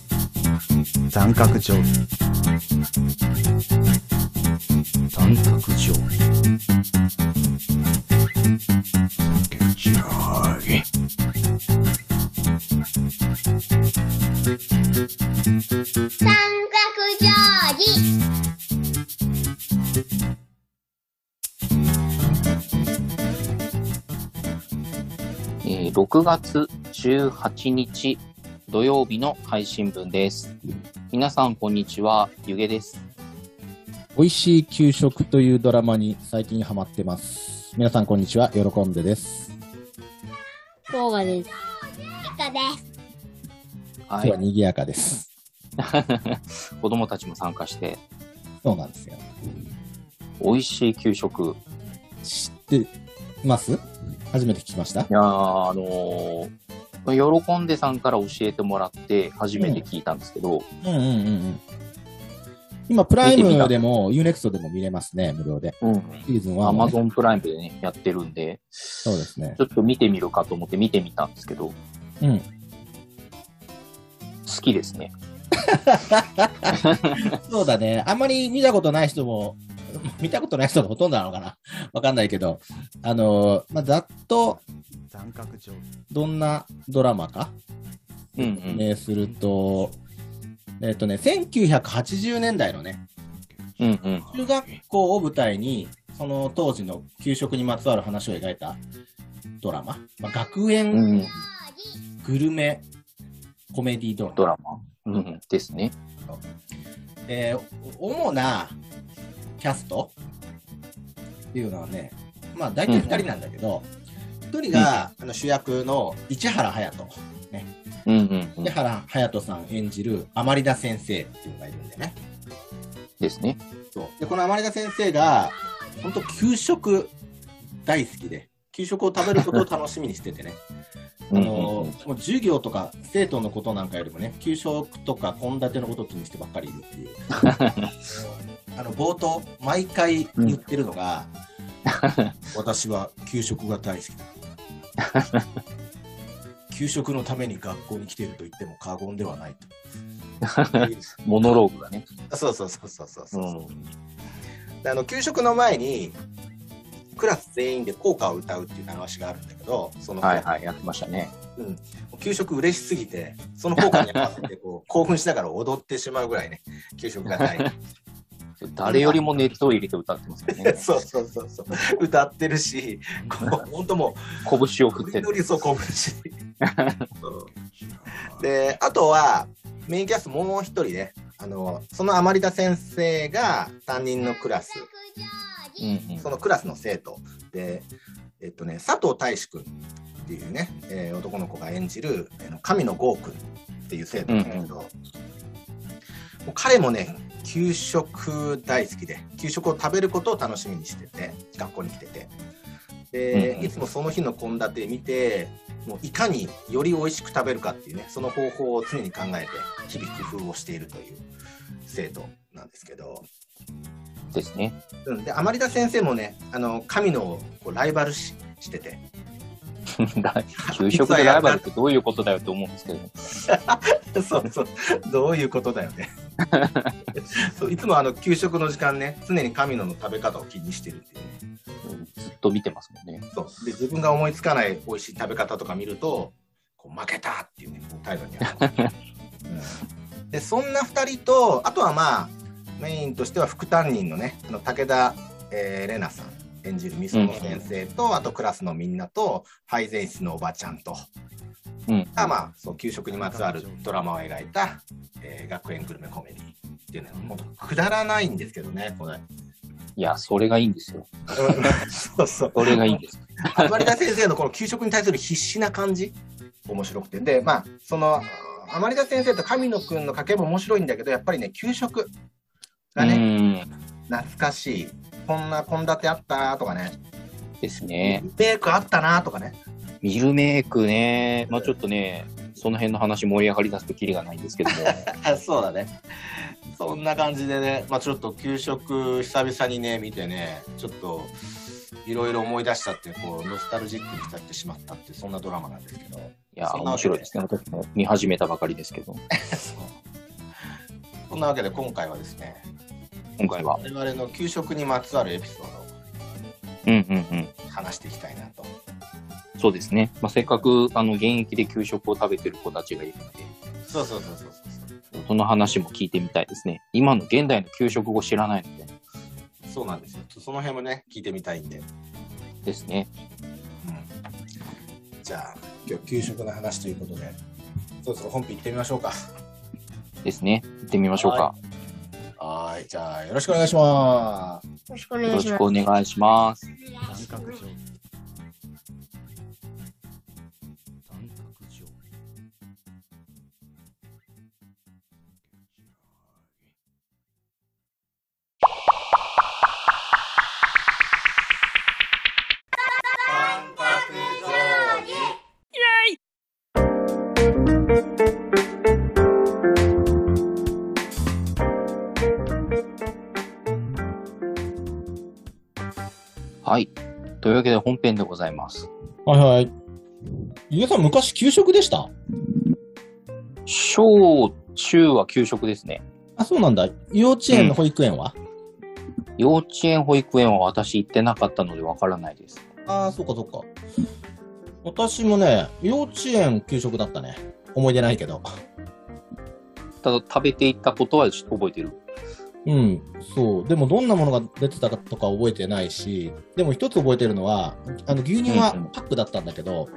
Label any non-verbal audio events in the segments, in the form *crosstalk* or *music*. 三角定規三角定規。三角定規。三角定規えー6月18日土曜日の配信分です。皆さん、こんにちは。ゆげです。美味しい給食というドラマに最近ハマってます。皆さんこんにちは、喜んでです。動画です。リカです。は。今日はい賑やかです。 *laughs* 子供たちも参加して、そうなんですよ。美味しい給食。知ってます初めて聞きましたいやー、あのー喜んでさんから教えてもらって、初めて聞いたんですけど、うんうんうんうん。今、プライムでも、ユーネクストでも見れますね、無料で。シーズンア1もマね、ゾンプライムでね、やってるんで、そうですねち。ょっと見てみるかと思って見てみたんですけど、好うん。きですね。そうだね。あんまり見たことない人も、 *laughs* 見たことない人がほとんどなのかなわかんないけど、あのーまあ、ざっと、三角定規どんなドラマかうんうん。ね、すると、えっとね、1980年代のね、うんうん。中学校を舞台に、その当時の給食にまつわる話を描いたドラマ、まあ、学う園んうん、グルメコメディドラマ。ドラマ、うんうん、ですね。えー主なキャストっていうのはね、まあ大体2人なんだけど、1人が、あの主役の市原隼人。うんうんうん市。原隼人さん演じる甘利田先生っていうのがいるんだよね。ですね。そうでこの甘利田先生が本当給食大好きで給食を食べることを楽しみにしててねあ *laughs* うんのうんうんもう授業とか生徒のことなんかよりもね給食とか献立のことを気にしてばっかりいるっていう *laughs* あの冒頭毎回言ってる *laughs* のが、私は給食が大好きだ *laughs* 給食のために学校に来ていると言っても過言ではない *laughs* とモノローグがね。そうそうそうそうそうそう、ん。であの給食の前にクラス全員で校歌を歌うっていう習わしがあるんだけどその、はいはい、やってましたね。うん、給食嬉しすぎてその校歌に合わせ *laughs* てこう興奮しながら踊ってしまうぐらいね給食が大好誰よりも熱を入れて歌ってますよねき。 *laughs* そうそうそうそう歌ってるしこう本当も拳をう振っ無理て無る。理そう興奮し *laughs* うんであとはメインキャストもう一人ねあのその甘利田先生が担任のクラスうんうんそのクラスの生徒で、えっとね、佐藤大志君っていうね、えー男の子が演じる、えー神野剛君っていう生徒なんだけど、もう彼もね、給食大好きで、給食を食べることを楽しみにしてて、学校に来てて。で、うんうんいつもその日の献立見て、もういかにより美味しく食べるかっていうね、その方法を常に考えて、日々工夫をしているという生徒なんですけど、ですね。 *laughs* うん、で、甘利田先生もね、あの、神野をこうライバル視してて、 *laughs* 給食でライバルってどういうことだよって思うんですけど、ね、そうそう、どういうことだよね。そういつもあの、給食の時間ね、常に神野の食べ方を気にしてるっていうね。ずっと見てますもんね。そう。で、自分が思いつかない美味しい食べ方とか見ると、こう、負けたっていうね、こう態度にある、うんで、そんな二人と、あとはまあ、メインとしては副担任のね、あの武田、えー、玲奈さん演じるみその先生と、あとクラスのみんなと、配膳室のおばちゃんと、うん。が、まあ、そう給食にまつわるドラマを描いた、えー学園グルメコメディっていうのはもうくだらないんですけどね、これ。いや、それがいいんですよ。 *laughs* そうそう。それがいいんです。丸田先生のこの給食に対する必死な感じ、面白くて。で、まあ、その、甘利田先生と神野くんの掛けも面白いんだけど、やっぱりね、給食うがね、ん。懐かしい。こんな献立あったとかね、ですね。メイクあったなとかね。ミルメイクね。まあちょっとね、その辺の話盛り上がり出すとキリがないんですけ *laughs* ども。あそうだね。そんな感じでね、まあ、ちょっと給食久々にね、見てね、ちょっといろいろ思い出したってこうノスタルジックに浸ってしまったってそんなドラマなんですけ *laughs* どいやー、そんなわ面けで白いですね。私も見始めたばかりですけど、そんなわけで今回はですね今回は。我々の給食にまつわるエピソードをうんうんうん。話していきたいなとそうですね。まあ、せっかく、あの、現役で給食を食べてる子たちがいるので、そうそうそうそうそうその話も聞いてみたいですね。今の現代の給食を知らないので、そうなんですよその辺もね聞いてみたいんで、うん、ですね。じゃあ今日給食の話ということでそろそろ本編行ってみましょうかですね。行ってみましょうかは。はいじゃあよろしくお願いしますろしくおよ願ろいししまくお願いします。三す。角定規はい。というわけで本編でございます。はいはいゆうさん昔給食でした小中は給食ですね。あそうなんだ幼稚園の保育園は、幼稚園、保育園は私行ってなかったのでわからないです。ああ、そうかそうか。私もね、幼稚園給食だったね。思い出ないけど。ただ食べていったことはちょっと覚えてる。うん、そう。でもどんなものが出てたかとか覚えてないし、でも一つ覚えてるのは、あの牛乳はうんうんパックだったんだけど、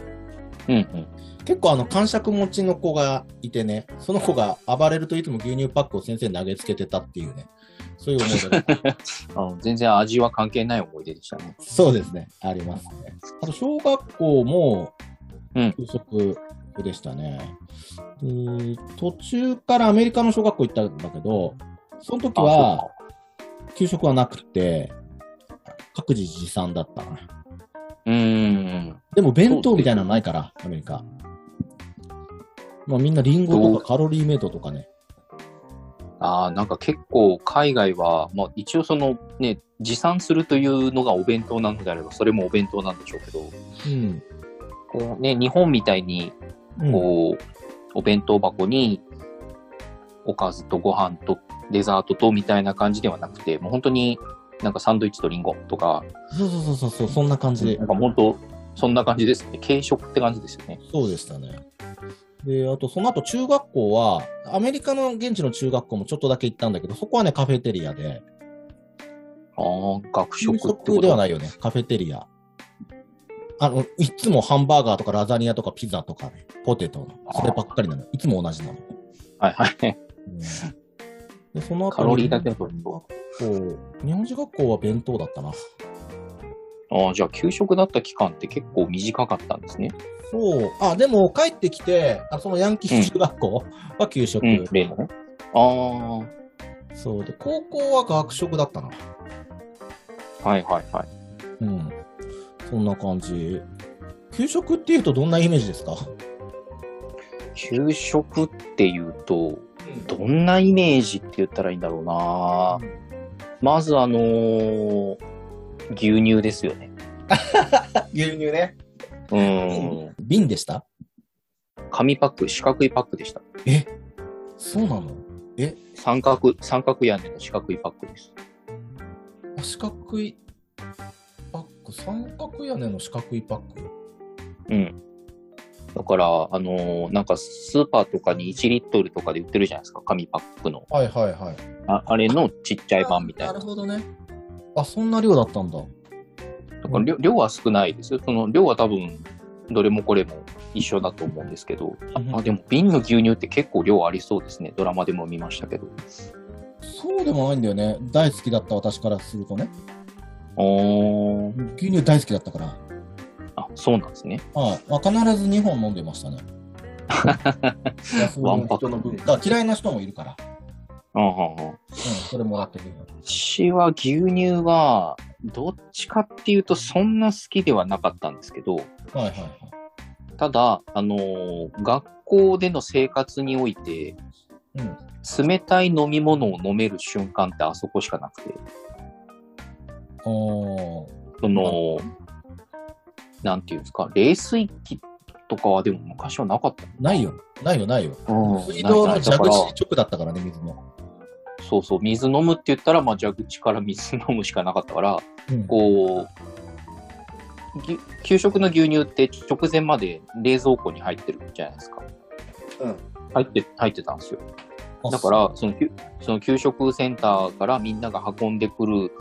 うんうん。結構あの、感触持ちの子がいてね、その子が暴れるといつも牛乳パックを先生に投げつけてたっていうね、そういう思い出が。あの全然味は関係ない思い出でしたね。 *laughs* そうですね、ありますね。あと、小学校もうん給食でしたね、で途中からアメリカの小学校行ったんだけど、その時は給食はなくて、各自持参だったな。うーん。でも弁当みたいなのないから、アメリカ。まあみんなリンゴとかカロリーメイトとかね。ああ、なんか結構海外は、まあ一応そのね、持参するというのがお弁当なのであれば、それもお弁当なんでしょうけど、うん。こうね、日本みたいに、うんこう、お弁当箱に、おかずとご飯とデザートとみたいな感じではなくて、もう本当になんかサンドイッチとリンゴとか、そうそうそうそう、そんな感じでなん。か本当、そんな感じですね。軽食って感じですよね。そうでしたね。で、あと、その後、中学校は、アメリカの現地の中学校もちょっとだけ行ったんだけど、そこはね、カフェテリアで、ああ、学食給ってこ食とではないよね、カフェテリア。あの、いつもハンバーガーとかラザニアとかピザとかね、ポテトの、そればっかりなの。いつも同じなの。はいはい。うんで、その後、カロリーだけだとリンゴこう日本人学校は弁当だったな。ああ、じゃあ給食だった期間って結構短かったんですね。そう。あ、でも、帰ってきて、あそのヤンキー中学校は給食。うん、例のね。あそう。で、高校は学食だったな。あ、はいはいはい。うん。そんな感じ。給食っていうとどんなイメージですか給食っていうと、どんなイメージって言ったらいいんだろうな。まずあのー牛乳ですよね。牛乳ね。うん。瓶でした紙パック、四角いパックでした。えそうなの三角、三角屋根の四角いパックです。あ四角いパック、三角屋根の四角いパック。うん。だから、あのーなんかスーパーとかに1リットルとかで売ってるじゃないですか、紙パックの。はいはいはい。ああれのちっちゃい版みたいな。るほどね。あ、そんな量だったんだ。だから量量は少ないですよ。その量は多分、どれもこれも一緒だと思うんですけど、あでも瓶の牛乳って結構量ありそうですね。ドラマでも見ましたけど。そうでもないんだよね。大好きだった私からするとね。おー牛乳大好きだったから。あ、そうなんですね。はい。まあ、必ず2本飲んでま *laughs* したね。休みワのンパク人の分。だから嫌いな人もいるから。うんうんうんうん、それもらってくるから。私は牛乳は、どっちかっていうとそんな好きではなかったんですけど、はいはいはい。ただ、あのー学校での生活において、うん。冷たい飲み物を飲める瞬間ってあそこしかなくて、おーその、なんていうんですか、冷水器とかはでも昔はなかった。ないよ。ないよ、ないよ。うん水道のない蛇ないだから口直だったからね、水の。そうそう、水飲むって言ったら、まあ、蛇口から水飲むしかなかったから、うんこう、ぎ給食の牛乳って直前まで冷蔵庫に入ってるじゃないですか。うん。入って、入ってたんですよ。あだから、その、きゅその給食センターからみんなが運んでくる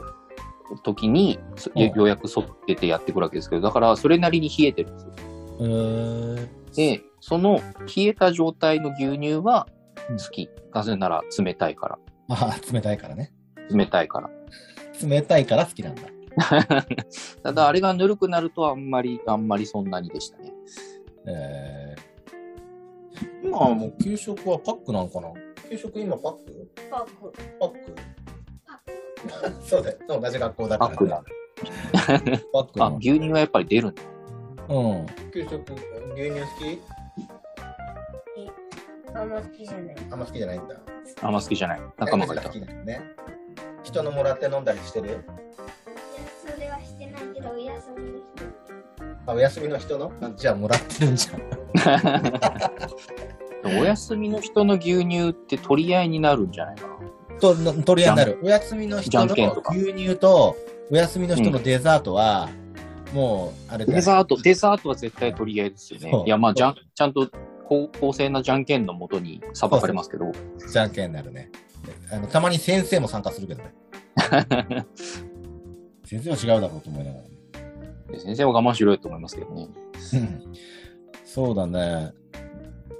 時に、そうんようやく沿っててやってくるわけですけど、だから、それなりに冷えてるんですよ。そうえー、で、その冷えた状態の牛乳はうん好き。なぜなら冷たいから。あー冷たいからね。冷たいから。冷たいから好きなんだ。 *laughs* ただ、あれがぬるくなるとあんまり、あんまりそんなにでしたね。えー、今あはーももうう給食はパックなのかな給食今パックパック。パックパッそうだよ。同じ学校だから、ね。パックだパックあな、の牛乳はやっぱり出るんだ。うん。給食牛乳好きク。あんま好きじゃない。あんま好きじゃないんだ。あんま好きじゃない。仲間がいた好。きだよね。人のもらって飲んだりしてるそれはしてないけど、お休みの日。あお休みの人のじゃあもらってるんじゃん。でもお休みの人の牛乳って取り合いになるんじゃないかな。と取り合いになる。お休みのじゃ人んのけんとか牛乳と、お休みの人のデザートは、もう、あれだよデザート、デザートは絶対取り合いですよそねう。いや、まあ、じゃんちゃんと公公正なじゃんけんのもとに裁かれますけど、じゃんけんになるね。あのたまに先生も参加するけどね。 *laughs* 先生は違うだろうと思いながらね。先生は我慢しろよと思いますけどね。うんそうだね。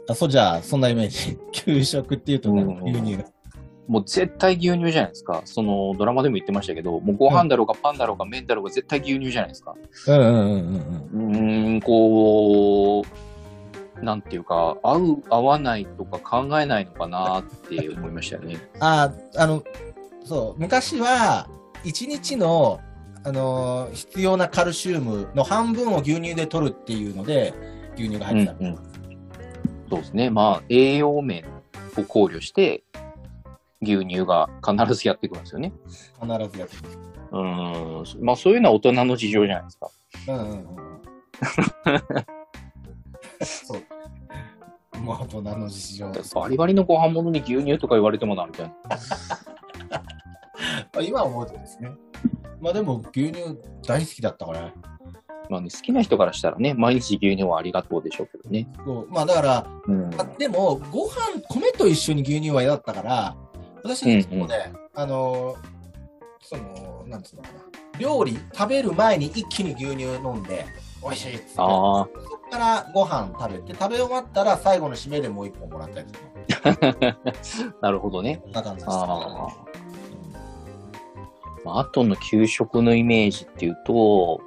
あ、そうじゃあ、そんなイメージ。給食っていうと、なんか牛乳が。もう絶対牛乳じゃないですか。そのドラマでも言ってましたけど、もうご飯だろうがパンだろうが麺だろうが絶対牛乳じゃないですか。うんうんうんうんうーん、こう、なんていうか、合う、合わないとか考えないのかなって思いましたよ *laughs* ね。うん。あ、あの、そう、昔は、一日の、あのー必要なカルシウムの半分を牛乳で取るっていうので、牛乳が入ってたの。うんうんそうですね。まあ、栄養面を考慮して、牛乳が必ずやってくるんですよね。必ずやってくる。うーん。まあ、そういうのは大人の事情じゃないですか。うんう *laughs* んうんうん。そう。もう大人の事情です。バリバリのご飯物に牛乳とか言われてもな、みたいな。まあ今思うとですね。まあでも牛乳大好きだったから。まあね、好きな人からしたらね、毎日牛乳はありがとうでしょうけどね。そうまあだから、うん。あでもご飯、米と一緒に牛乳は嫌だったから、私ね、いつもね、あのー、その、なんつうのかな。料理食べる前に一気に牛乳飲んで、美味しいっつって。ああ、そこからご飯食べて、食べ終わったら最後の締めでもう一本もらったりとか。なるほどね。こんな感じでしたああ。うんまあ、あとの給食のイメージっていうと、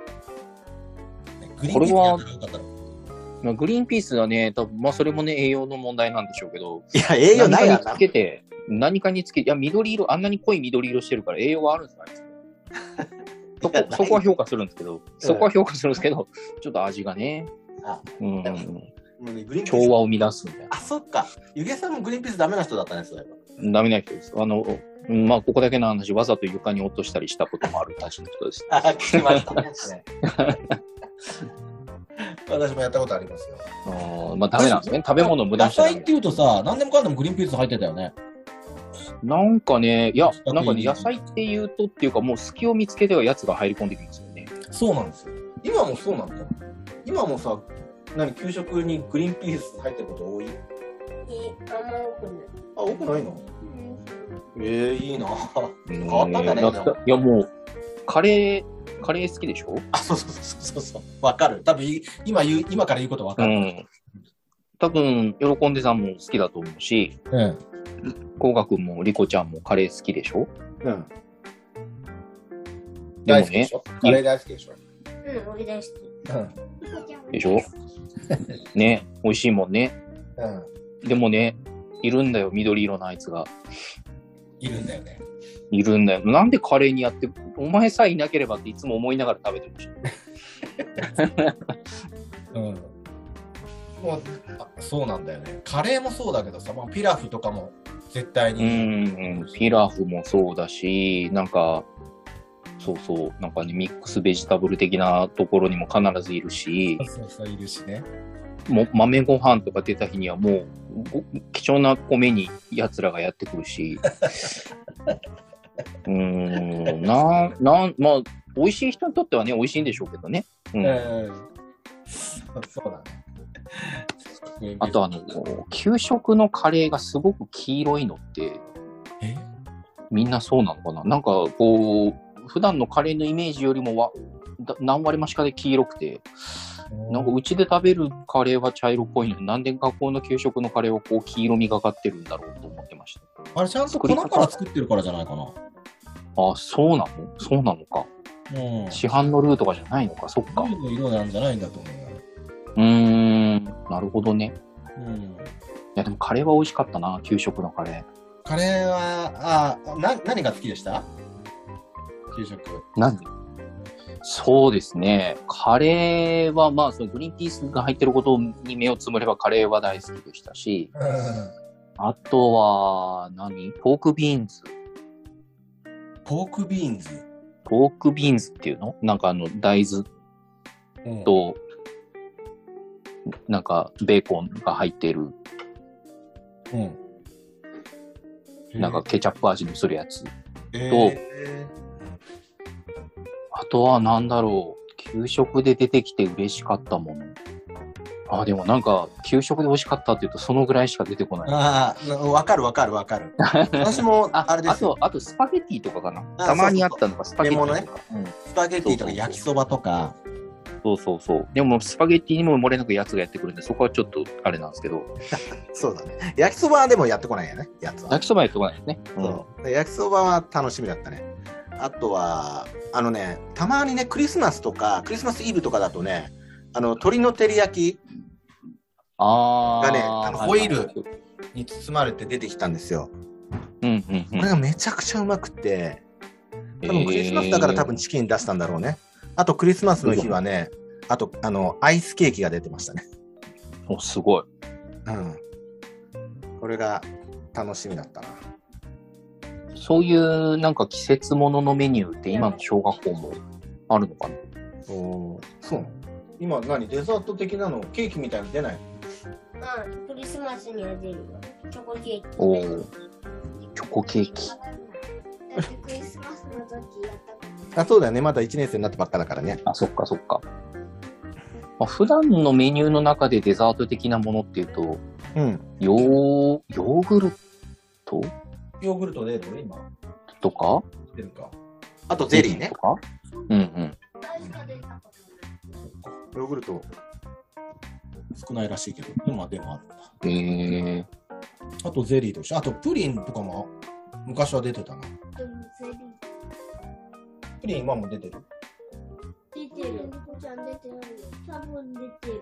グリーこンれはピースやったらよかったのまあ、グリーンピースはね、多分まあそれもね、栄養の問題なんでしょうけど、いや、栄養ないや何かにつけて、何かにつけて、いや、緑色、あんなに濃い緑色してるから栄養はあるんですかね。そいや *laughs* こないそこは評価するんですけど、そこは評価するんですけど、ちょっと味がね、うん、もうねグリーンピ調ース和を乱すみたいあ、そっか。ゆげさんもグリーンピースダメな人だったね、そういえば。な。ダメな人です。あの、うんまあ、ここだけの話、わざと床に落としたりしたこともあるたちの人で *laughs* す。あ、聞きましたね。それ私もやったことありますよ。うんまあ、ダメなんですね。食べ物を無駄にしちゃ野ダ菜メっていうとさ、何でもかんでもグリーンピース入ってたよね。なんかね、いや、なんかね、うん野菜っていうとっていうか、もう隙を見つけてはやつが入り込んできますよね。そうなんですよ。今もそうなんだよ。今もさ、何、給食にグリーンピース入ってること多いあ、え、あんま多くない。多くないのうん。ええいいな。変わったんだねいや、もう、カレー、カレー好きでしょあ、そうそうそうそうそう。わかる。多分い今言う、今から言うことわかる。ん。多分、喜んでさんも好きだと思うし、うん。こうがくんもりこちゃんもカレー好きでしょうん。でも大好きでねし、ょ。カレー大好きでしょ。うん、俺大好き。うん。でしょね、美味しいもんね。うん。でもね、いるんだよ、緑色のあいつが。いるんだよね。いるんだよ。なんでカレーにやって、お前さえいなければっていつも思いながら食べてました。うん。もうあそうなんだよね。カレーもそうだけどさ、まあ、ピラフとかも絶対うに。ん、ピラフもそうだし、なんか、そうそう、なんかね、ミックスベジタブル的なところにも必ずいるし、そうそう、いるしね。もう豆ご飯とか出た日にはもうご貴重な米にやつらがやってくるし *laughs* うーんななんまあ美味しい人にとってはね美味しいんでしょうけどね、ううんん。そうだね。あとあの給食のカレーがすごく黄色いのってえみんなそうなのかななんかこう普段のカレーのイメージよりもわだ何割増しかで黄色くてなんかうちで食べるカレーは茶色っぽいのになんで学校の給食のカレーはこう黄色みがかってるんだろうと思ってましたあれ、ちゃんと粉から作ってるからじゃないかな。あ、そうなのそうなのか。うん。市販のルーとかじゃないのか、そっか。緑の色なんじゃないんだと思うよ。うーん、なるほどね。うん。いや、でもカレーは美味しかったな、給食のカレー。カレーは、あ、な、何が好きでした給食。何そうですね。カレーは、まあ、そのグリーンピースが入ってることに目をつむればカレーは大好きでしたし、あとは何、ポークビーンズ。ポークビーンズ。ポークビーンズっていうのなんかあの、大豆と、なんかベーコンが入ってる、うん。なんかケチャップ味にするやつ。えー、とあとは何だろう。給食で出てきて嬉しかったもの。あ、でもなんか、給食で美味しかったって言うと、そのぐらいしか出てこない。ああ、なわかるわかるわか *laughs* る。私も、あ、あれであすよと、あとスパゲティとかかな。あたまにあったのがスパゲティとか。そうスパゲティとか焼きそばとか。うんそうそうそう。でも、スパゲティにも漏れなくやつがやってくるんで、そこはちょっとあれなんですけど、そうだね。焼きそばはでもやってこないよね、やつは。焼きそばやってこないですね。そうで焼きそばは楽しみだったね。あとは、あのね、たまにね、クリスマスとか、クリスマスイブとかだとね、あの鶏の照り焼きあー。がねあのホイルうに包まれて出てきたんですよ。んうんうこんれ。がめちゃくちゃうまくて、多分クリスマスだから多分チキン出したんだろうね。あとクリスマスの日はね、あとあのアイスケーキが出てましたね。えーお、すごい。うん。これが楽しみだったな。そういうなんか季節もののメニューって今の小学校もあるのかなおそうなの今何デザート的なのケーキみたいに出ないうん、クリスマスには出るよ。チョコケーキ。おーチョコケーキ。だってクリスマスの時やったことないあそうだよねまだ1年生になったばっかだからねあ、そっかそっか。まあ、普段のメニューの中でデザート的なものっていうと、うんヨーヨーグルトヨーグルト出る今。とか出るか。あとゼリーねとかうんうん。大しか出たことない。ヨーグルト少ないらしいけど、今でもあるんだ。えー、あとゼリーとして、あとプリンとかも昔は出てたな。でもゼリープリン今も出てる。出てる。ニコちゃん出てないよ。多分出てる。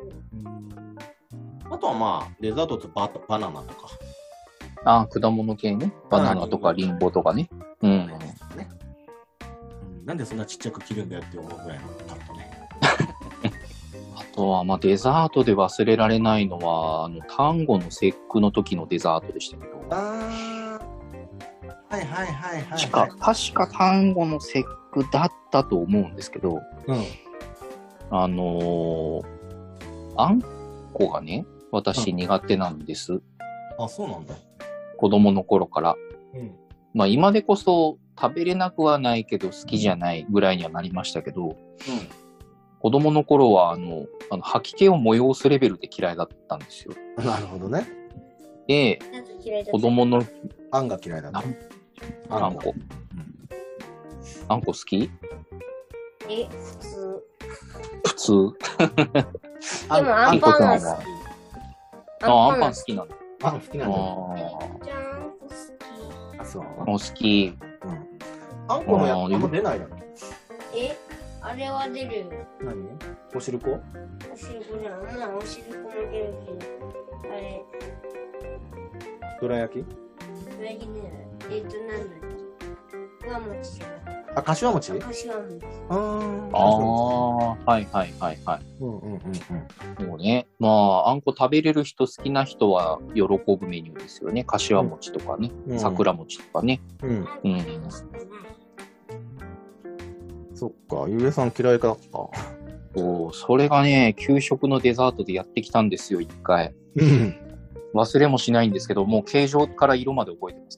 あとはまあ、デザートとババナナとか。あ、果物系ね。バナナとかリンゴとかね。うん。ねなんでそんなちっちゃく切るんだよって思うぐらいのカットね。あとは、まあ、デザートで忘れられないのは、あの、単語の節句の時のデザートでしたけど。あー。はいはいはいはい、はい。確か、確か単語の節句だったと思うんですけど、うん。あのーあんこがね、私苦手なんです。あ、そうなんだ。子供の頃から。うん。まあ今でこそ食べれなくはないけど好きじゃないぐらいにはなりましたけど、子供の頃はあの、あの吐き気を催すレベルで嫌いだったんですよ。なるほどねで、なんか嫌いだった子供のあんが嫌いだったあんこ。あんこ好きえ、普通。普通。でもアンパンあがんこ好き。あ、あんパがン好きなの。あん好きなんだよあじゃん好あそうあ、もう好き。あんこのやつあんま出ないだろき。え、あれは出るよ。何おしるこおしるこじゃん。ほなおしるこも出るけど。あれ、どら焼き裏切りない。えっと、なんだっけ。わもちじゃない。あ柏餅あ柏餅。あーああ、はいはいはいはい。うんうんうんうんもうね、まあ、あんこ食べれる人、好きな人は喜ぶメニューですよね。柏餅とかね、うん桜餅とかね。うんうんなんか出るしかないそっか、ゆうえさん嫌いだった。そうそれがね、給食のデザートでやってきたんですよ、一回。うん。忘れもしないんですけど、もう形状から色まで覚えてます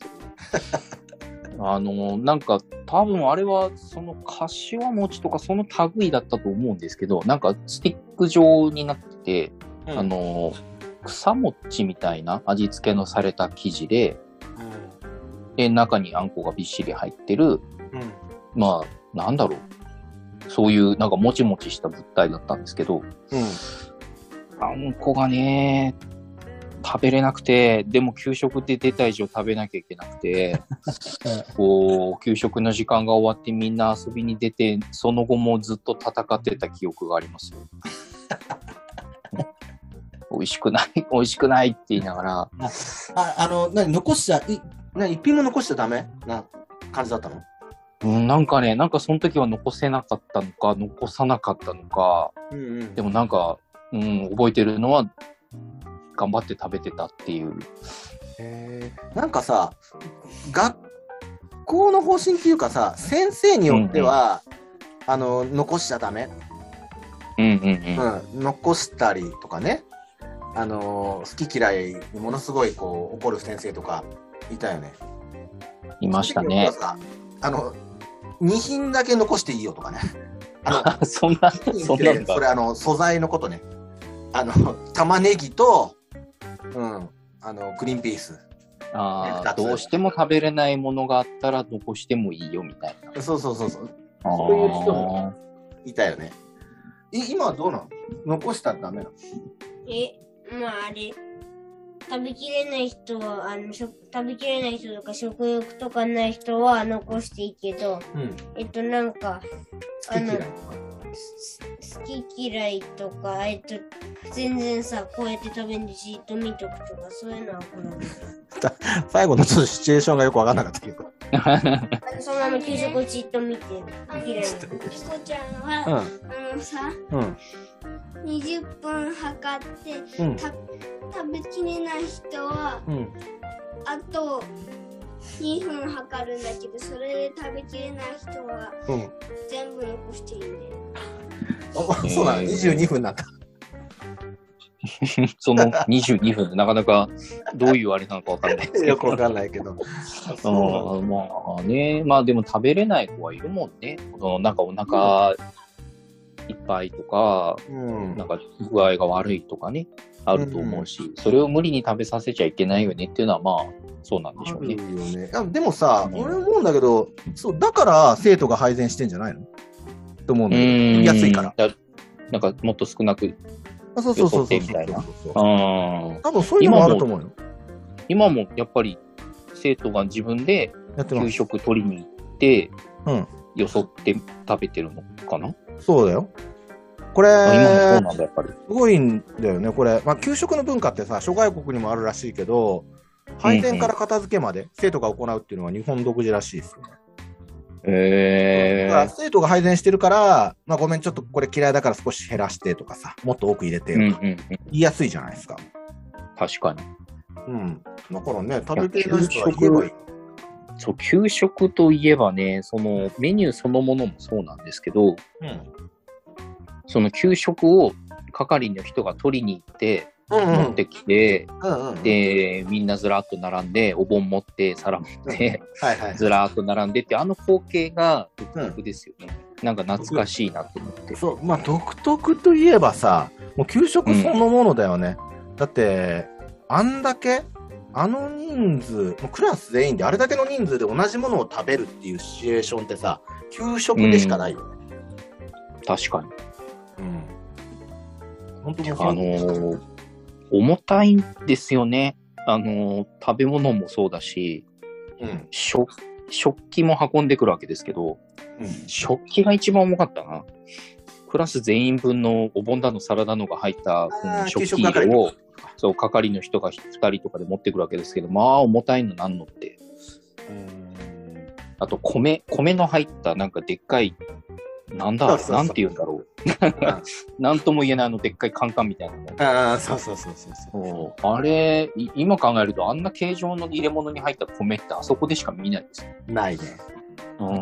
け *laughs* ど。あの、なんか、多分あれは、その、柏餅とか、その類だったと思うんですけど、なんか、スティック状になってて、うんあの、草餅みたいな味付けのされた生地で、で、中にあんこがびっしり入ってる、うん。まあ、なんだろう。そういう、なんか、もちもちした物体だったんですけど、うん。あんこがね、食べれなくて、でも給食で出た以上食べなきゃいけなくて、こう、給食の時間が終わってみんな遊びに出て、その後もずっと戦ってた記憶がありますよ。 *laughs* 美味しくない、美味しくないって言いながら、あ、あの、何、残しちゃい、な、一品も残しちゃダメな感じだったのうん、なんかね、なんかその時は残せなかったのか、残さなかったのか、うんうんでもなんか、うん、覚えてるのは、頑張って食べてたっていう。へーなんかさ学校の方針っていうかさ先生によっては、あの残しちゃダメ、うんうんうん。うん、残したりとかねあの好き嫌いにものすごいこう怒る先生とかいたよね。いました先生にねよっ。てはさあの2品だけ残していいよとかね。あそんな、 *laughs* のそんなんだそ。れあの素材のことね。あの玉ねぎと、うん、あのグリーンピース。あ二あつどうしても食べれないものがあったら残してもいいよみたいな。そうそうそうそう。あそういう人もいたよね。い今はどうなの残したらダメなのえ、まああれ、食べきれない人は、あの、食食べきれない人とか食欲とかない人は残していいけど、うん。えっと、なんか、好き嫌いあす好き嫌いとか、えっと、全然さ、こうやって食べるのじーっと見とくとか、そういうのはこの、最後のちょっとシチュエーションがよくわからなかったけど。ーあ *laughs* のそのまま給食をじっと見て、嫌いな人。リコちゃんは、あのさうん。 20分測ってうん。た食べきれない人はうん。あと2分測るんだけどそれで食べきれない人はうん。全部残していいんだよあそうなの、えー22分になった。その22分、なかなかどういうあれなのかわからないですけ *laughs* よくわど。かんないけど。あーまあね、まあでも食べれない子はいるもんね。そのなんかお腹いっぱいとか、うん。なんか具合が悪いとかね、あると思うし、それを無理に食べさせちゃいけないよねっていうのはまあそうなんでしょうねいい。よね。あでもさ、うん俺思うんだけど、そう、だから生徒が配膳してんじゃないのと思うんだよ。安いから。ら。なんかもっと少なく。あそうそうそうそうよそってみたいなそうそうあ多分そういうのもあると思うよ。今もやっぱり生徒が自分でやってま給す。食取りに行って、うんよそって食べてるのかな、そうだよ。こあ今もそれう、なんだ、やっぱり。すごいんだよね、これ。まあ、給食の文化ってさ、諸外国にもあるらしいけど、配膳から片付けまで生徒が行うっていうのは日本独自らしいですよね。えだから生徒が配膳してるから、まあ、ごめん、ちょっとこれ嫌いだから少し減らしてとかさ、もっと多く入れてうんうよんとかうん、言いやすいじゃないですか。確かに。うん。だからね、食べてる人は言えばいい。そう、給食といえばね、そのメニューそのものもそうなんですけど、その給食を係の人が取りに行って、うんうん持ってきて、うんうん。で、みんなずらっと並んで、お盆持って、皿持って、はいはい。ずらーっと並んでって、あの光景が独特ですよね。なんか懐かしいなと思って。そう、まあ、独特といえばさ、もう給食そのものだよね。だって、あんだけ、あの人数、もうクラス全員であれだけの人数で同じものを食べるっていうシチュエーションってさ、給食でしかないよね。確かに。うん。本当にあのー重たいんですよね。あのー食べ物もそうだし、うん。食、食器も運んでくるわけですけど、うん食器が一番重かったな。クラス全員分のお盆だのサラダのが入ったーうん食給器食係を、そう、係の人が2人とかで持ってくるわけですけど、まあ重たいのなんのって。あと米、米の入ったなんかでっかい、なんだあれそうそうそうなんて言うんだろう。なんとも言えないあのでっかいカンカンみたいなの。ああ、そうそうそうそうそう。あれ、い今考えるとあんな形状の入れ物に入った米ってあそこでしか見ないですよ。ないね。うん。あ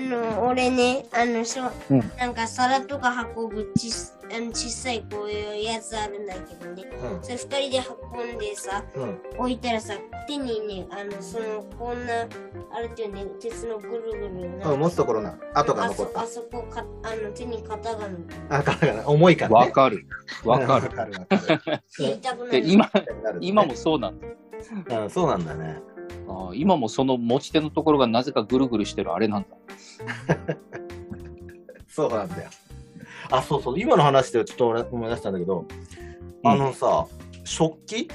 の、俺ね、あの、しょうんなんか皿とか運ぶちっあの小さいこういうやつあるんだけどね、うんそれ二人で運んでさ、うん置いたらさ、手にね、あの、その、こんな、あれっていうね、鉄のぐるぐるな。うん、持つところな跡が残っあたそあそこか、あの、手に型が残ってあからが重いからわねかる。わか *laughs* わる。かるわかるやりたくなでる。今、なるね今もそうなんだ。うんそうなんだねあー今もその持ち手のところがなぜかぐるぐるしてるあれなんだ。そうなんだよあそうそう今の話でちょっと俺思い出したんだけどうんあのさ食器っ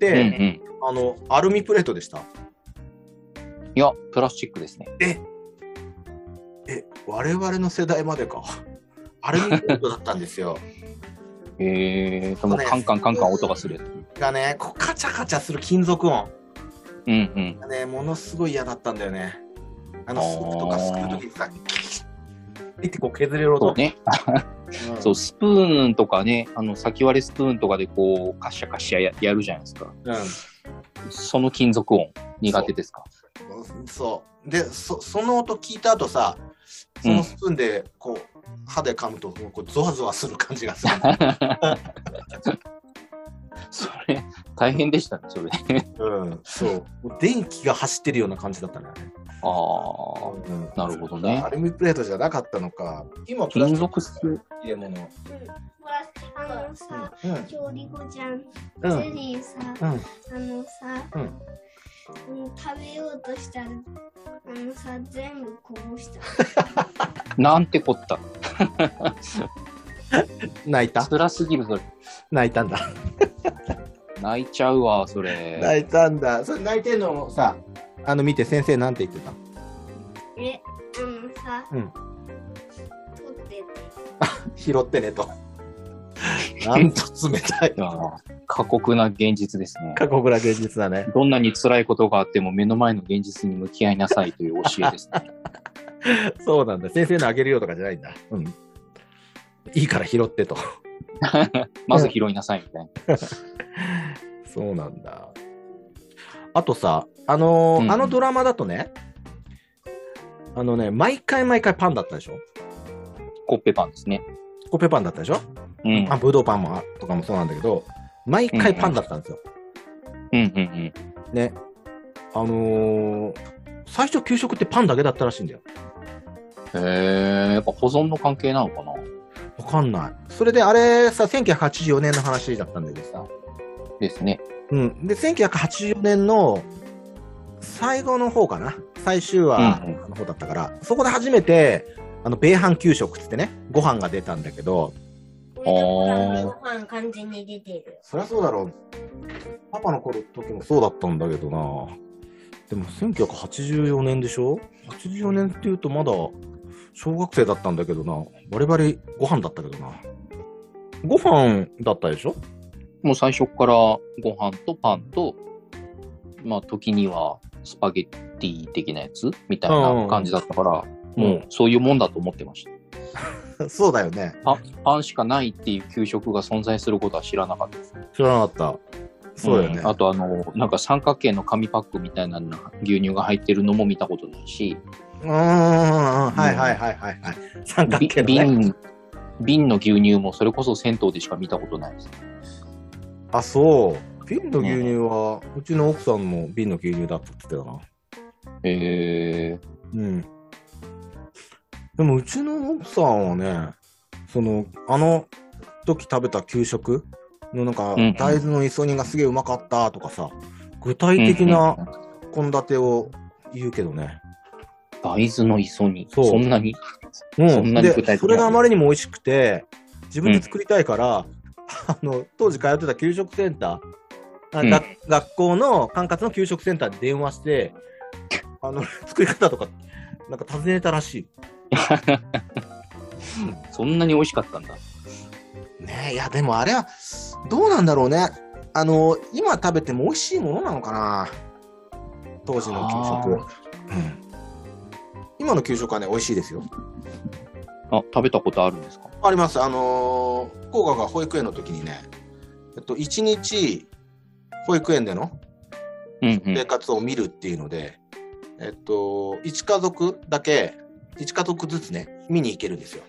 うんうて、ん。あのアルミプレートでしたいや、プラスチックですね。え我々の世代までか *laughs* アルミプレートだったんですよえーと、もうカンカンカンカン音がするやつ。がねこうカチャカチャする金属音うんうん。がねものすごい嫌だったんだよねあのあースープとかすくう時にさキキッキッってこう削れるそ音うね。うんそう、スプーンとかね、あの、先割れスプーンとかでこう、カシャカシャややるじゃないですか。うその金属音、苦手ですかん、そうでそその音聞いた後さそのスプーンでこう歯で噛むとこうゾワゾワする感じがする、 *laughs* それ、大変でしたね、それ。うん、そうもう電気が走ってるような感じだったね、ああ、うんなるほどねア。ルミプレートじゃなかったのか今プラス金チッ属クスプーン。入れ物ほらあのさうん今日リコちゃんうゼんリーさ、うんあのさ、うんうん食べようとしたらあのさ全部こぼしたなんてこった。泣いた辛すぎる、それ。泣いたんだ泣いちゃうわ、それ。泣いたんだそれ泣いてんのさあの見て先生なんて言ってたえあのさ、うん取ってて拾ってね *laughs* となんと冷たいいやー過酷な現実ですね。過酷な現実だねどんなに辛いことがあっても目の前の現実に向き合いなさいという教えです *laughs* ね。そうなんだ先生のあげるよとかじゃないんだうんいいから拾ってとまず拾いなさいみたいな。そうなんだ。あとさ、あのーうんあのドラマだとね、あのね、毎回毎回パンだったでしょコッペパンですね。コッペパンだったでしょ、うん。あ、ブドウパンもあとかもそうなんだけど、毎回パンだったんですよ。うんうんうん。ね。あのー最初給食ってパンだけだったらしいんだよ。へえ、やっぱ保存の関係なのかな。わかんない。それであれさ、1984年の話だったんだけどさ。ですね。うん。で、1984年の最後の方かな。最終話うんうんの方だったから、そこで初めて、あの、米飯給食っつってね、ご飯が出たんだけど、俺のご飯完全に出てる。そりゃそうだろう。パパの頃時もそうだったんだけどな。でも1984年でしょ ?84 年っていうとまだ小学生だったんだけどな。バリバリご飯だったけどな。ご飯だったでしょ *laughs* もう最初からご飯とパンと、まあ時にはスパゲッティ的なやつみたいな感じだったから、うんもうそういうもんだと思ってました。そうだよね。パパンしかないっていう給食が存在することは知らなかったです。知らなかった。そうだよね。んあとあの、なんか三角形の紙パックみたいなのが牛乳が入ってるのも見たことないし、うんうんうんうんはいはいはいはいはい。三角び形のね。瓶、瓶の牛乳もそれこそ銭湯でしか見たことないです。あ、そう。瓶の牛乳は、うちの奥さんも瓶の牛乳だったって言ってえー、たな。うん。でもうちの奥さんはね、その、あの時食べた給食のなんかんうん、大豆の磯煮がすげえうまかったとかさ、具体的な献立を言うけどね。大豆の磯に、そうそんなに。うんそんなに具体的なでそれがあまりにも美味しくて自分で作りたいから、あの当時通ってた給食センター、あうんが学校の管轄の給食センターに電話してあの *laughs* 作り方とかなんか尋ねたらしそんなに美味しかったんだ。いねえいやでもあれはどうなんだろうねあの今食べても美味しいものなのかな当時の給食、うん今の給食はね美味しいですよあ、食べたことあるんですかあります。あのー、福岡が保育園の時にね、えっと、一日、保育園でのうんうん生活を見るっていうので、えっと、1家族だけ、1家族ずつね、見に行けるんですよ、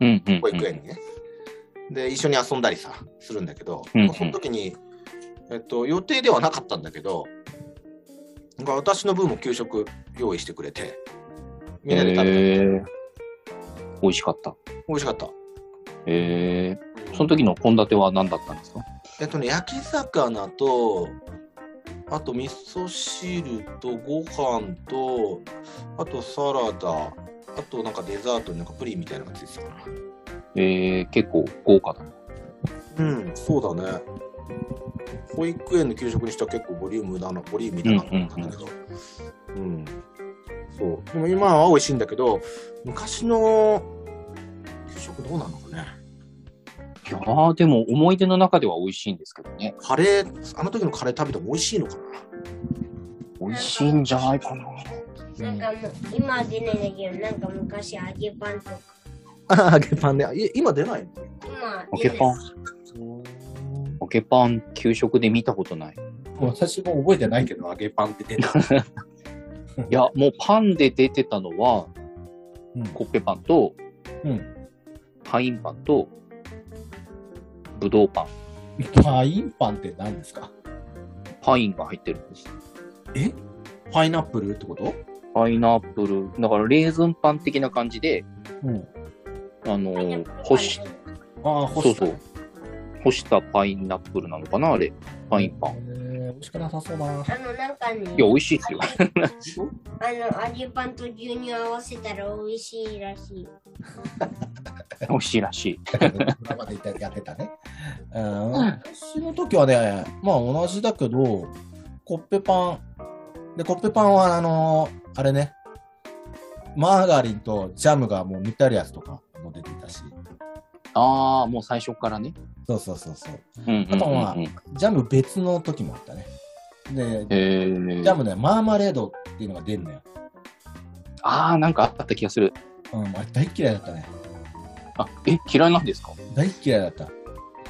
うんうんうん保育園にね。で、一緒に遊んだりさ、するんだけど、うんうんその時に、えっと、予定ではなかったんだけど、なんか私の分も給食用意してくれて、みんなで食べて、えー、美味しかった。美味しかった。えー、その時の献立は何だったんですかえっとね、焼き魚と、あと味噌汁とご飯と、あとサラダ、あとなんかデザートになんかプリンみたいなのがついてたかな。えー、結構豪華だ。うん、そうだね。保育園の給食にしては結構ボリュームだな、ボリューミーだなと思ったんだけど。うんそう。でも今は美味しいんだけど、昔の給食どうなのかね。いやー、でも思い出の中では美味しいんですけどね。カレー、あの時のカレー食べても美味しいのかな。美味しいんじゃないかな。なんかもう、今は出ないんだけど、なんか昔揚げパンとか。ああ、 *laughs* 揚げパンね。い今出ないの今揚はげ出パないン。揚げパン、給食で見たことない。もう私も覚えてないけど、揚げパンって出た。いや、もうパンで出てたのは、うんコッペパンと、うんパインパンと、ぶどうパン。 *laughs* パインパンって何ですかパインが入ってるんです。パイナップルってことパイナップル、だからレーズンパン的な感じで、うん。あのー、干し、ああ、干そうした。そう。干したパイナップルなのかなあれ。パインパン。いえー、美味しくなさそうだな。あの、なんかね、や、美味しいで *laughs* すよ。あの、揚げパンと牛乳合わせたら美味しいらしい。美味しいらしい。今までやってた *laughs* ね。うん、私の時はね、まあ同じだけど、コッペパン。で、コッペパンはあのーあれね、マーガリンとジャムがもう塗ってあるやつとかも出ていたし、ああ、もう最初からね。そうそうそうそう。うんうんうんうんあとはジャム別の時もあったね。で、えジーャムね、マーマレードっていうのが出るのよ。ああ、なんかあった気がする。うん、あれ大っ嫌いだったね。あ、え、嫌いなんですか大っ嫌いだった。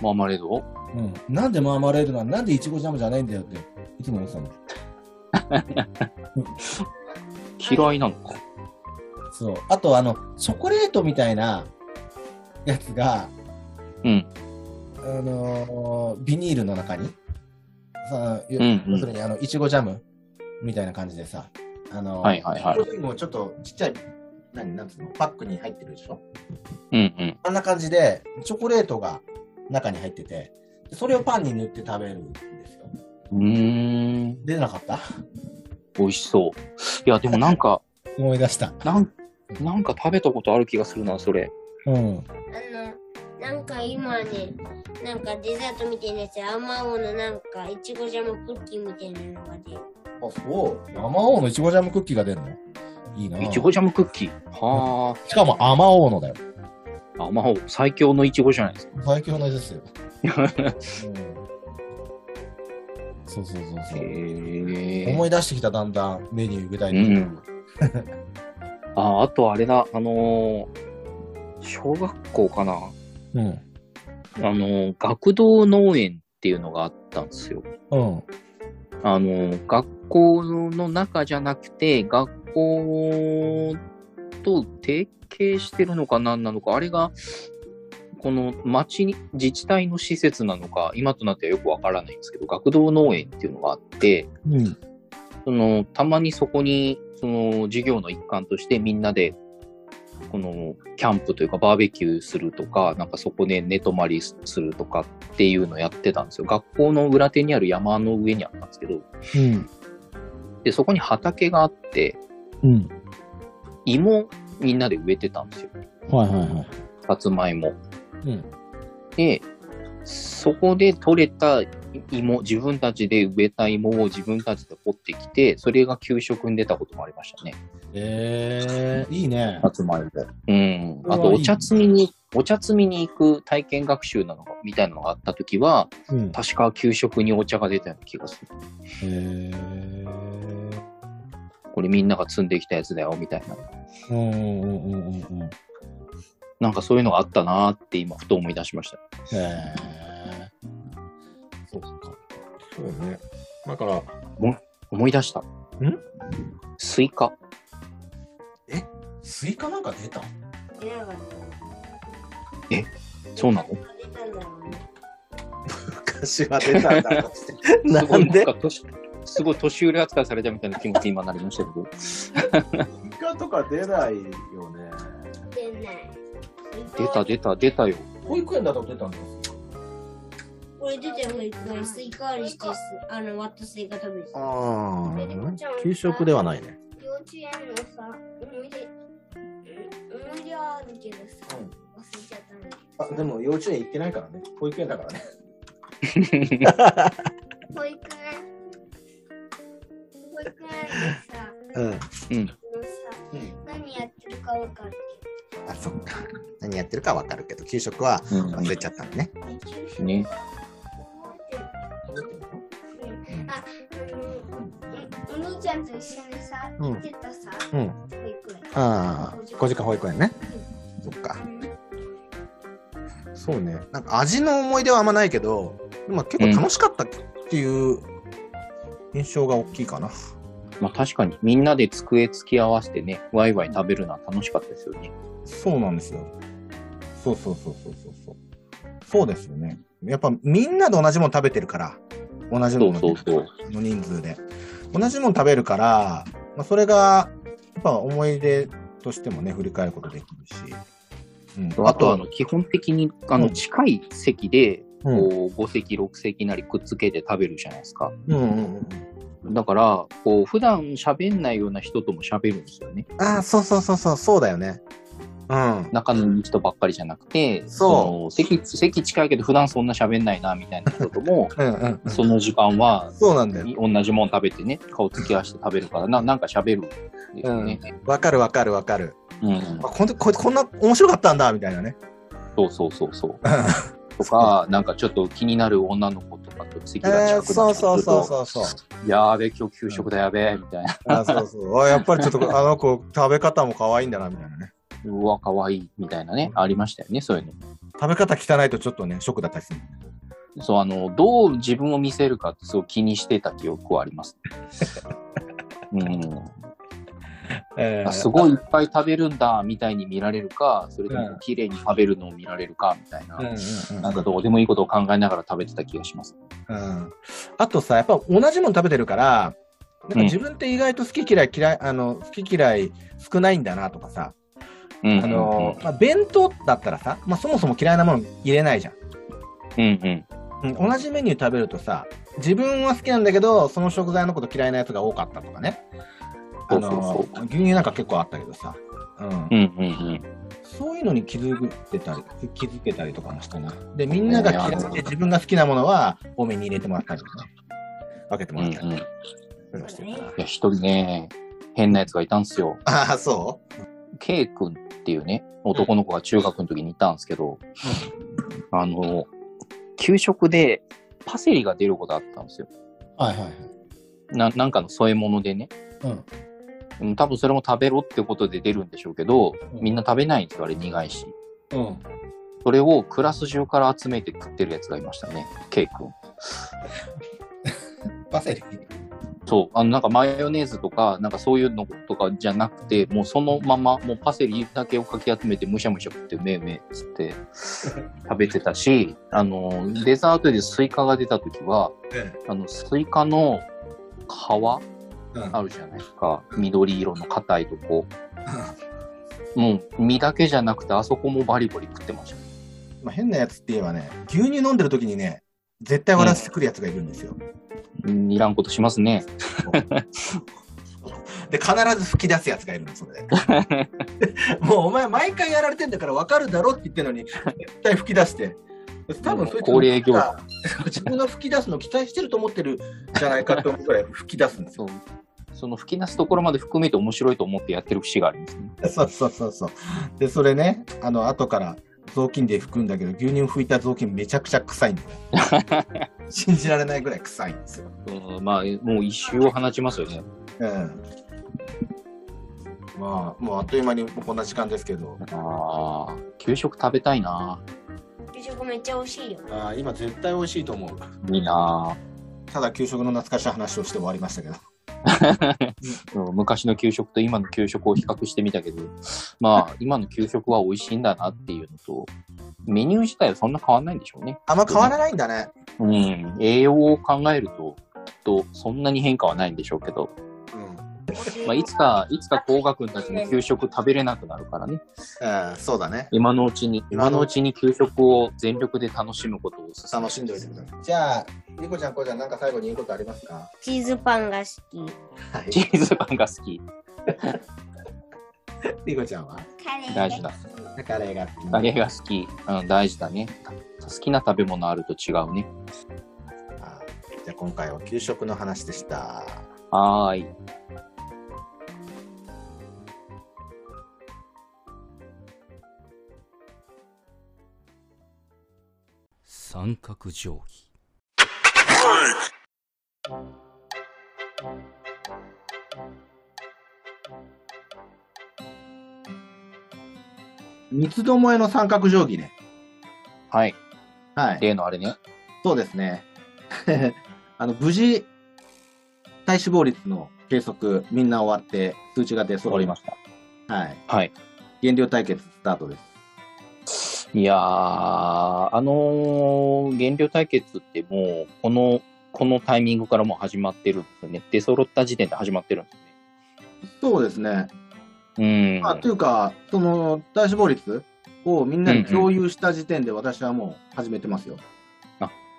マーマレードうん、なんでマーマレードなのなんでイチゴジャムじゃないんだよっていつも思ってたの。嫌いなのか。そう。あと、あの、チョコレートみたいなやつが、うん。あのービニールの中に、さあ、ようんうん要するに、あの、いちごジャムみたいな感じでさ、あのーはいはいはいこ。れにもちょっとちっちゃい、何、なんつうの、パックに入ってるでしょうんうん。あんな感じで、チョコレートが中に入ってて、でそれをパンに塗って食べるんですよ。うーん。出なかった美味しそう。いや、でもなんか、 *laughs* 思い出した。なんなんか食べたことある気がするな、それ。うん。あの、なんか今ね、なんかデザートみたいなやつ、あまおうのなんか、いちごジャムクッキーみたいなのが出る。あ、そう。生王のいちごジャムクッキーが出るのいいなぁいちごジャムクッキー。はしかも甘王のだよ。あ。あ、まあ、最強のいちごじゃないですか。最強の味ですよ。へうん *laughs* そうそうそうそう、え思。い出してきただんだんメニュー具体う的に。ん。あ、あとあれだ、あのー小学校かな。うん。あのー学童農園っていうのがあったんですよ。うん。あの、学校の中じゃなくて、学校と提携してるのか何なのか、あれが、この町に、自治体の施設なのか、今となってはよくわからないんですけど、学童農園っていうのがあって、うん。その、たまにそこに、その、授業の一環としてみんなで、この、キャンプというか、バーベキューするとか、なんかそこで寝泊まりするとかっていうのをやってたんですよ。学校の裏手にある山の上にあったんですけど、うん。で、そこに畑があって、うん。芋みんなで植えてたんですよ。はいはいはい。さつまいも。うん。で、そこで取れた芋、自分たちで植えた芋を自分たちで掘ってきて、それが給食に出たこともありましたね。えー、いいね。さつまいも。うん。あうわと、いいお茶摘みに、お茶摘みに行く体験学習なのか、みたいなのがあったときは、うん。確か給食にお茶が出たような気がする。えー。これみんなが摘んできたやつだよ、みたいな。うんうんうんうんうんうん。なんかそういうのがあったなーって今、ふと思い出しました。えー。そうか。そうね。だから、思い出した。スイカ。スイカなんか出た出なかっそうなのた。出たんだろうね。昔は出たんだとして。 *laughs* なすごいんなんでか年すごい年寄り扱いされたみたいな気持ちに今なりましたけど。イカとか出ないよね。出ない。出た出た出たよ。保育園だと出たんですこれ出て保育園スイカ割りしてすあの割ったスイカ食べてた。あベリコちゃんあ、給食ではないね。幼稚園のさ、思い出、うん思い出はあるけどさ、うん忘れちゃったんだあでも幼稚園行ってないからね保育園だからね保育園、保育園でさ、うん。のさ、うん何やってるかわかるあ、そっか。何やってるかわかるけど、給食はうん忘れちゃったのね。けど、給食ね。覚えてる。あ、あの、お兄ちゃんと一緒にさ、うん行ってたさ、うん保育園。ああ、5時間保育園ね。そっか。うんそうね。なんか味の思い出はあんまないけど、でも結構楽しかったっていう印象が大きいかな。まあ確かにみんなで机突き合わせてね、ワイワイ食べるのは楽しかったですよね。そうなんですよ。そうそうそうそうそうそう。そうですよね。やっぱみんなで同じもの食べてるから、同じそもうのそうそう。の人数で。同じもの食べるから、まあ、それがやっぱ思い出としてもね、振り返ることできるし。うん、ああととあはの、基本的にあうのん近い席で、うんこう5席6席なりくっつけて食べるじゃないですか。うんうんうんだから、こう普段喋んないような人とも喋るんですよね。うん。ああ、そうそうそうそう、そうだよね。うん。仲のいい人ばっかりじゃなくて、そう、その席席近いけど普段そんな喋んないなみたいな人とも *laughs* うんうん。その時間はそうなんだよ。同じもん食べてね、顔つき合わせて食べるから、ななんか喋るんですよね。わかるわかるわかる。うんあ、こんでここんな面白かったんだ、みたいなね。そうそうそうそう。とか、なんかちょっと気になる女の子とかと席えが近ーくそなっうてくそうるそうと、そうそう。やーべ、今日給食だやべ、みたいな。あそうそう。あやっぱりちょっとあの子食べ方も可愛いんだなみたいなね。うわ、かわいい、みたいなね、ありましたよね、そういうの。食べ方汚いとちょっとね、ショックだったりする。そう、あの、どう自分を見せるかって、すごい気にしてた記憶はあり *laughs* ます。うん、えあすごいいっぱい食べるんだみたいに見られるか、それとも綺麗に食べるのを見られるかみたいな、なんかどうでもいいことを考えながら食べてた気がします。うん。あとさ、やっぱ同じもの食べてるから、なんか自分って意外と好き嫌い嫌い、あの、好き嫌い少ないんだなとかさ、うん、あの、まあ、弁当だったらさ、まあ、そもそも嫌いなもの入れないじゃん。うんうん、うん、同じメニュー食べるとさ自分は好きなんだけどその食材のこと嫌いなやつが多かったとかねあのそうそう牛乳なんか結構あったけどさ、うんうん、うん、うんそういうのに気づいてたり気づけたりとかもしたなでみんなが嫌いで自分が好きなものは多めに入れてもらったりとかね分けてうもん、うらん。っいたりとかしてたなや、一人ね、変なやつがいたんですよ。ああそう K 君っていうね、男の子が中学の時にいたんですけど、あの、給食でパセリが出ることあったんですよ。はいはいはいななんかの添え物でね。うんうん多分それも食べろってことで出るんでしょうけど、うんみんな食べないんですよ、あれ苦いし。うんそれをクラス中から集めて食ってるやつがいましたね、ケイ君。パセリそう、あのなんかマヨネーズとか、なんかそういうのとかじゃなくて、もうそのまま、もうパセリだけをかき集めて、むしゃむしゃ食って、うめえうめえっつ *laughs* って食べてたし、あの、デザートでスイカが出た時は、えあの、スイカの皮、うんあるじゃないですか、緑色の硬いとこ。もう身だけじゃなくて、あそこもバリバリ食ってました。まあ、変なやつって言えばね牛乳飲んでる時にね絶対笑わせてくるやつがいるんですよ、うんいらんことしますね。で必ず吹き出すやつがいるの *laughs* それでもうお前毎回やられてんだから分かるだろって言ってるのに絶対吹き出して多分そいつ高齢業者が自分が吹き出すの期待してると思ってるじゃないかと思うくらい吹き出すんですそようその吹き出すところまで含めて面白いと思ってやってる節がありますね。 *laughs* そうそうそうそうでそれねあの後から雑巾で拭くんだけど牛乳拭いた雑巾めちゃくちゃ臭いんだよ信じられないぐらい臭いんですよ、うんまあ、もう一周を放ちますよね。うん、まあもうあっという間にこんな時間ですけどああ、給食食べたいな。給食めっちゃ美味しいよ。あー今絶対美味しいと思ういいな。ただ給食の懐かしい話をして終わりましたけど。うん昔の給食と今の給食を比較してみたけど、まあ、今の給食は美味しいんだなっていうのと、メニュー自体はそんな変わんないんでしょうね。あんま変わらないんだね。うん、栄養を考えると、きっとそんなに変化はないんでしょうけど、まあ、いつか、いつか工学君たちの給食食べれなくなるからね、うん、そうだね。今のうちに、今のうちに給食を全力で楽しむことをお勧め楽しんでおいてください。じゃあ、りこちゃん、こうちゃん、なんか最後に言うことありますかチーズパンが好き。はいチーズパンが好き。りこちゃんはカレー大事だ。カレーが好き。カレーが好き。うん、大事だね。好きな食べ物あると違うね。あじゃあ今回は給食の話でした。はーい。三角定規三つどもえの三角定規ね。はい。はい。例のあれね。そうですね。 *laughs* あの、無事、体脂肪率の計測、みんな終わって、数値が出揃いましした。た。はい。はい。減量対決スタートです。いやー、あのー減量対決ってもう、この、このタイミングからもう始まってるんですよね。出揃った時点で始まってるんですそうですね。ね。うん。まあ、というか、その、体脂肪率をみんなに共有した時点で、私はもう始めてますよ。 *laughs*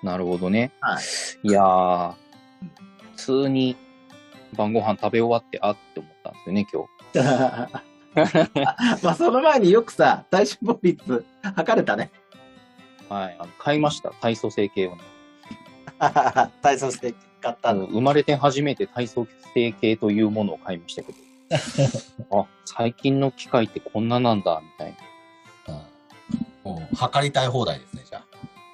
なるほどね。はい。いやー、普通に晩ご飯食べ終わって、あって思ったんですよね、今日。まあ、その前によくさ、体脂肪率測れたね。はい。あの買いました。体組成計を、ね。 *laughs* 体操して買っあの生まれて初めて体操成計というものを買いましたけどあ最近の機械ってこんななんだみたいなもう測りたい放題ですね、じゃ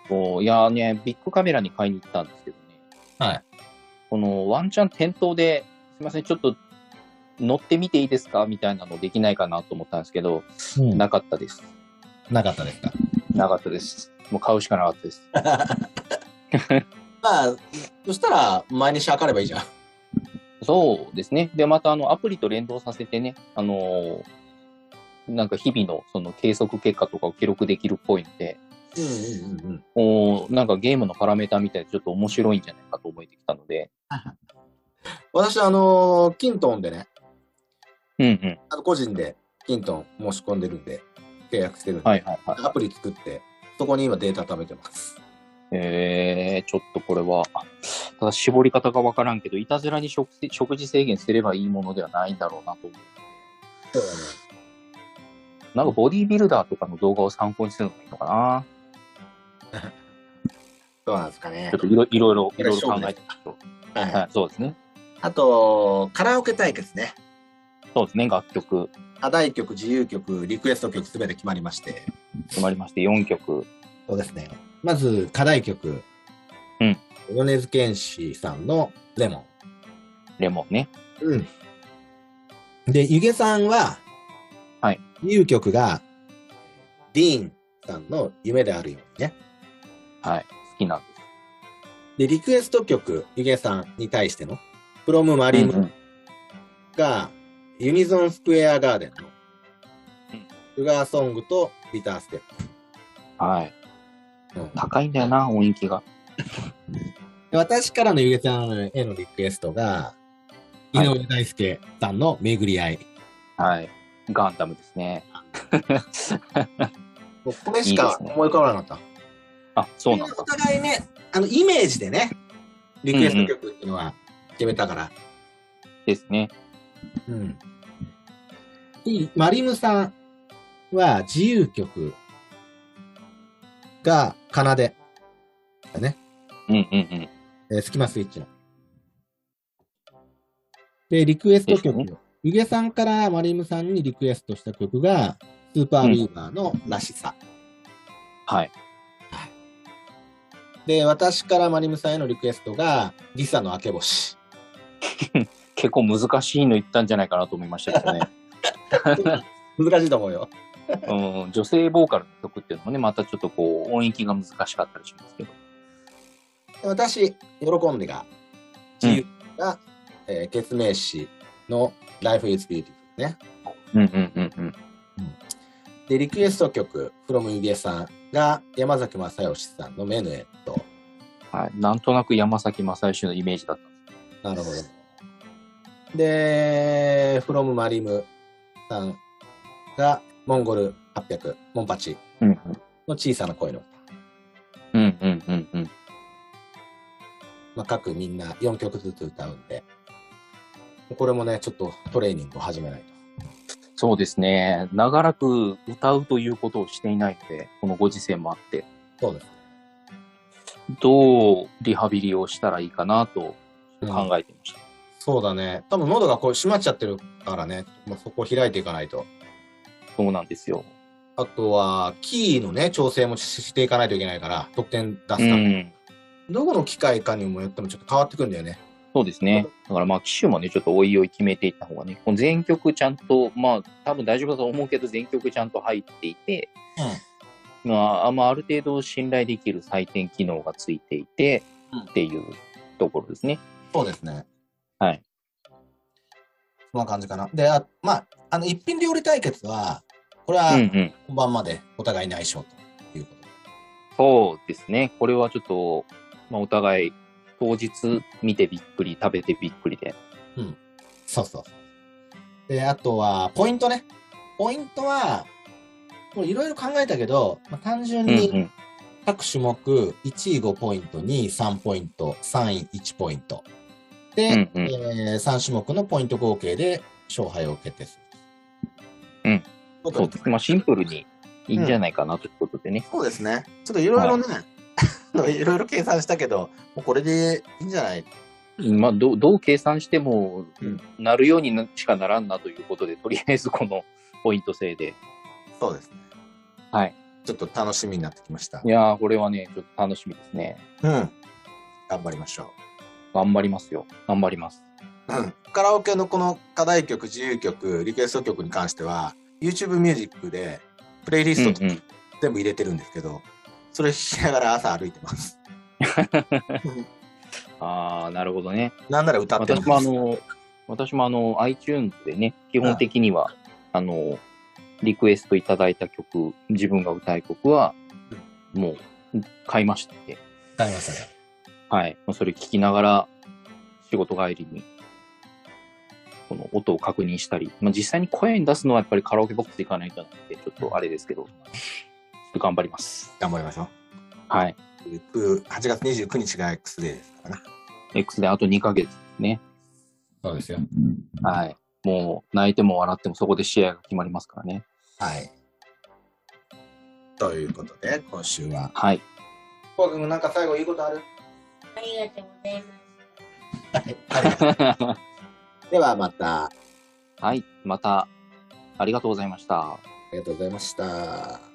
こういやーねビッグカメラに買いに行ったんですけどね、はい、このワンチャン店頭ですいませんちょっと乗ってみていいですかみたいなのできないかなと思ったんですけど、あ。うなかったですなかったですか。なかったですもう買うしかなかったですまあ、そしたら、毎日測ればいいじゃん。そうですねでまたあのアプリと連動させてねあのーなんか日々のその計測結果とかを記録できるっぽいんで、うんうんうんうん。おなんかゲームのパラメータみたいでちょっと面白いんじゃないかと思えてきたので。私、あのーキントンでね、うんうん。あの個人でキントン申し込んでるんで、契約してるんで、はいはいはい。アプリ作って、そこに今データ貯めてます。えー、ちょっとこれは、ただ絞り方がわからんけど、いたずらに食事食事制限すればいいものではないんだろうなと思う。なんかボディービルダーとかの動画を参考にするのがいいのかな。どうなんですかねちょっ。といろいろいろいろいろ考これ勝負えでてみましはいょう。はい、そうですね。あと、カラオケ対決ね。そうですね。楽曲課題曲、自由曲、リクエスト曲すべて決まりまして。決まりまして4曲。そうですね。まず、課題曲。うん。米津玄師さんのレモン。レモンね。うん。で、ゆげさんは、はい。自由曲が、ディーンさんの夢であるようにね。はい。好きなんです。で、リクエスト曲、ゆげさんに対しての、フロムマリうんうムんが、ユニゾンスクエアガーデンのうん、シュガーソングとビターステッはい。プ。うん高いんだよな、音域が。で私からのゆげさんへのリクエストが、井はい上大輔さんの巡り合い。はい。ガンダムですね。もうこれしか思い浮かばなかった。あ、そうなんだお。互いね、あの、イメージでね、リクエスト曲っていうのは決めたから。ですね。うん。いいマリムさんは自由曲が奏で、うんうんうん。えースキマスイッチの。で、リクエストです曲。ゆげさんからマリムさんにリクエストした曲が、スーパービーバーのらしさ。はい。で、私からマリムさんへのリクエストが、リサの明け星。結構難しいの言ったんじゃないかなと思いました *laughs* けどね。難しいと思うよ。うん、女性ボーカルの曲っていうのもね、またちょっとこう、音域が難しかったりしますけど。で私、喜んでが、自由が、えー、月明誌の Life is Beautiful ね。うんうんうんうん。で、リクエスト曲、from ゆげさんが山崎正義さんのメヌエット。はい。なんとなく山崎正義のイメージだった。なるほど。で、from マリムさんがモンゴル800、モンパチうんうん。の小さな声の歌。うんうんうんうん。まあ、各みんな4曲ずつ歌うんで、これもね、ちょっとトレーニングを始めないと。そうですね。長らく歌うということをしていないので、このご時世もあって、そうです。どうリハビリをしたらいいかなと考えてました。そうだね。多分喉がこう閉まっちゃってるからね、まあ、そこを開いていかないと。そうなんですよ。あとは、キーのね、調整もししていかないといけないから、得点出すたうめに。ん。どこの機械かにもよってもちょっと変わってくんだよね。そうですね。だからまあ、機種もね、ちょっとおいおい決めていった方がね、この全曲ちゃんと、まあ、多分大丈夫だと思うけど、全曲ちゃんと入っていて、まあ、あまあ、ある程度信頼できる採点機能がついていて、うんっていうところですね。そうですね。はい。そんな感じかな。で、あまあ、あの、一品料理対決は、これはうんうん。本番までお互い内緒ということで。そうですね。これはちょっと、まあ、お互い、当日見てびっくり、食べてびっくりで。そうそうそう。で、あとは、ポイントね。ポイントは、これいろいろ考えたけど、まあ、単純うんうにん。各種目、1位5ポイント、2位3ポイント、3位1ポイント。うで、んうん。え3種目のポイント合計で勝敗を決定する。うん。ことそうにですね。まあ、シンプルにいいんじゃないかなということでね。そうですね。ちょっといろいろね、 *laughs* いろいろ計算したけど、もうこれでいいんじゃないまあ、どうどう計算してもうん、なるようになしかならんなということで、とりあえずこのポイント制で。そうですね。はい。ちょっと楽しみになってきましたい。やー、これはね、ちょっと楽しみですね。うん。頑張りましょ頑張りますよ。頑張ります。う。うん。カラオケのこの課題曲、自由曲、リクエスト曲に関しては、YouTube ミュージックで、プレイリうスんトうとん。全部入れてるんですけど、それしながら朝歩いてます。 *laughs* ああ、なるほどね。なんなら歌ってま私す。もあの、私もあの、iTunes でね、基本的には、あの、リクエストいただいた曲、自分が歌い曲は、もう、買いましたね。なりましたね。はい。もうそれ聞きながら、仕事帰りに、この音を確認したり、まあ、実際に声に出すのはやっぱりカラオケボックス行かないとなって、ちょっとあれですけど、ちょっと頑張ります。頑張りましょう。はい。 8月29日が X デーですからね。 X であと2ヶ月ですね。そうですよ。はい。もう、泣いても笑ってもそこで試合が決まりますからね。はい。ということで、今週は。はい。こうくん、なんか最後言うことあるありがとうございます。ではまた。あはい、またありがとうございました。りがとうございました。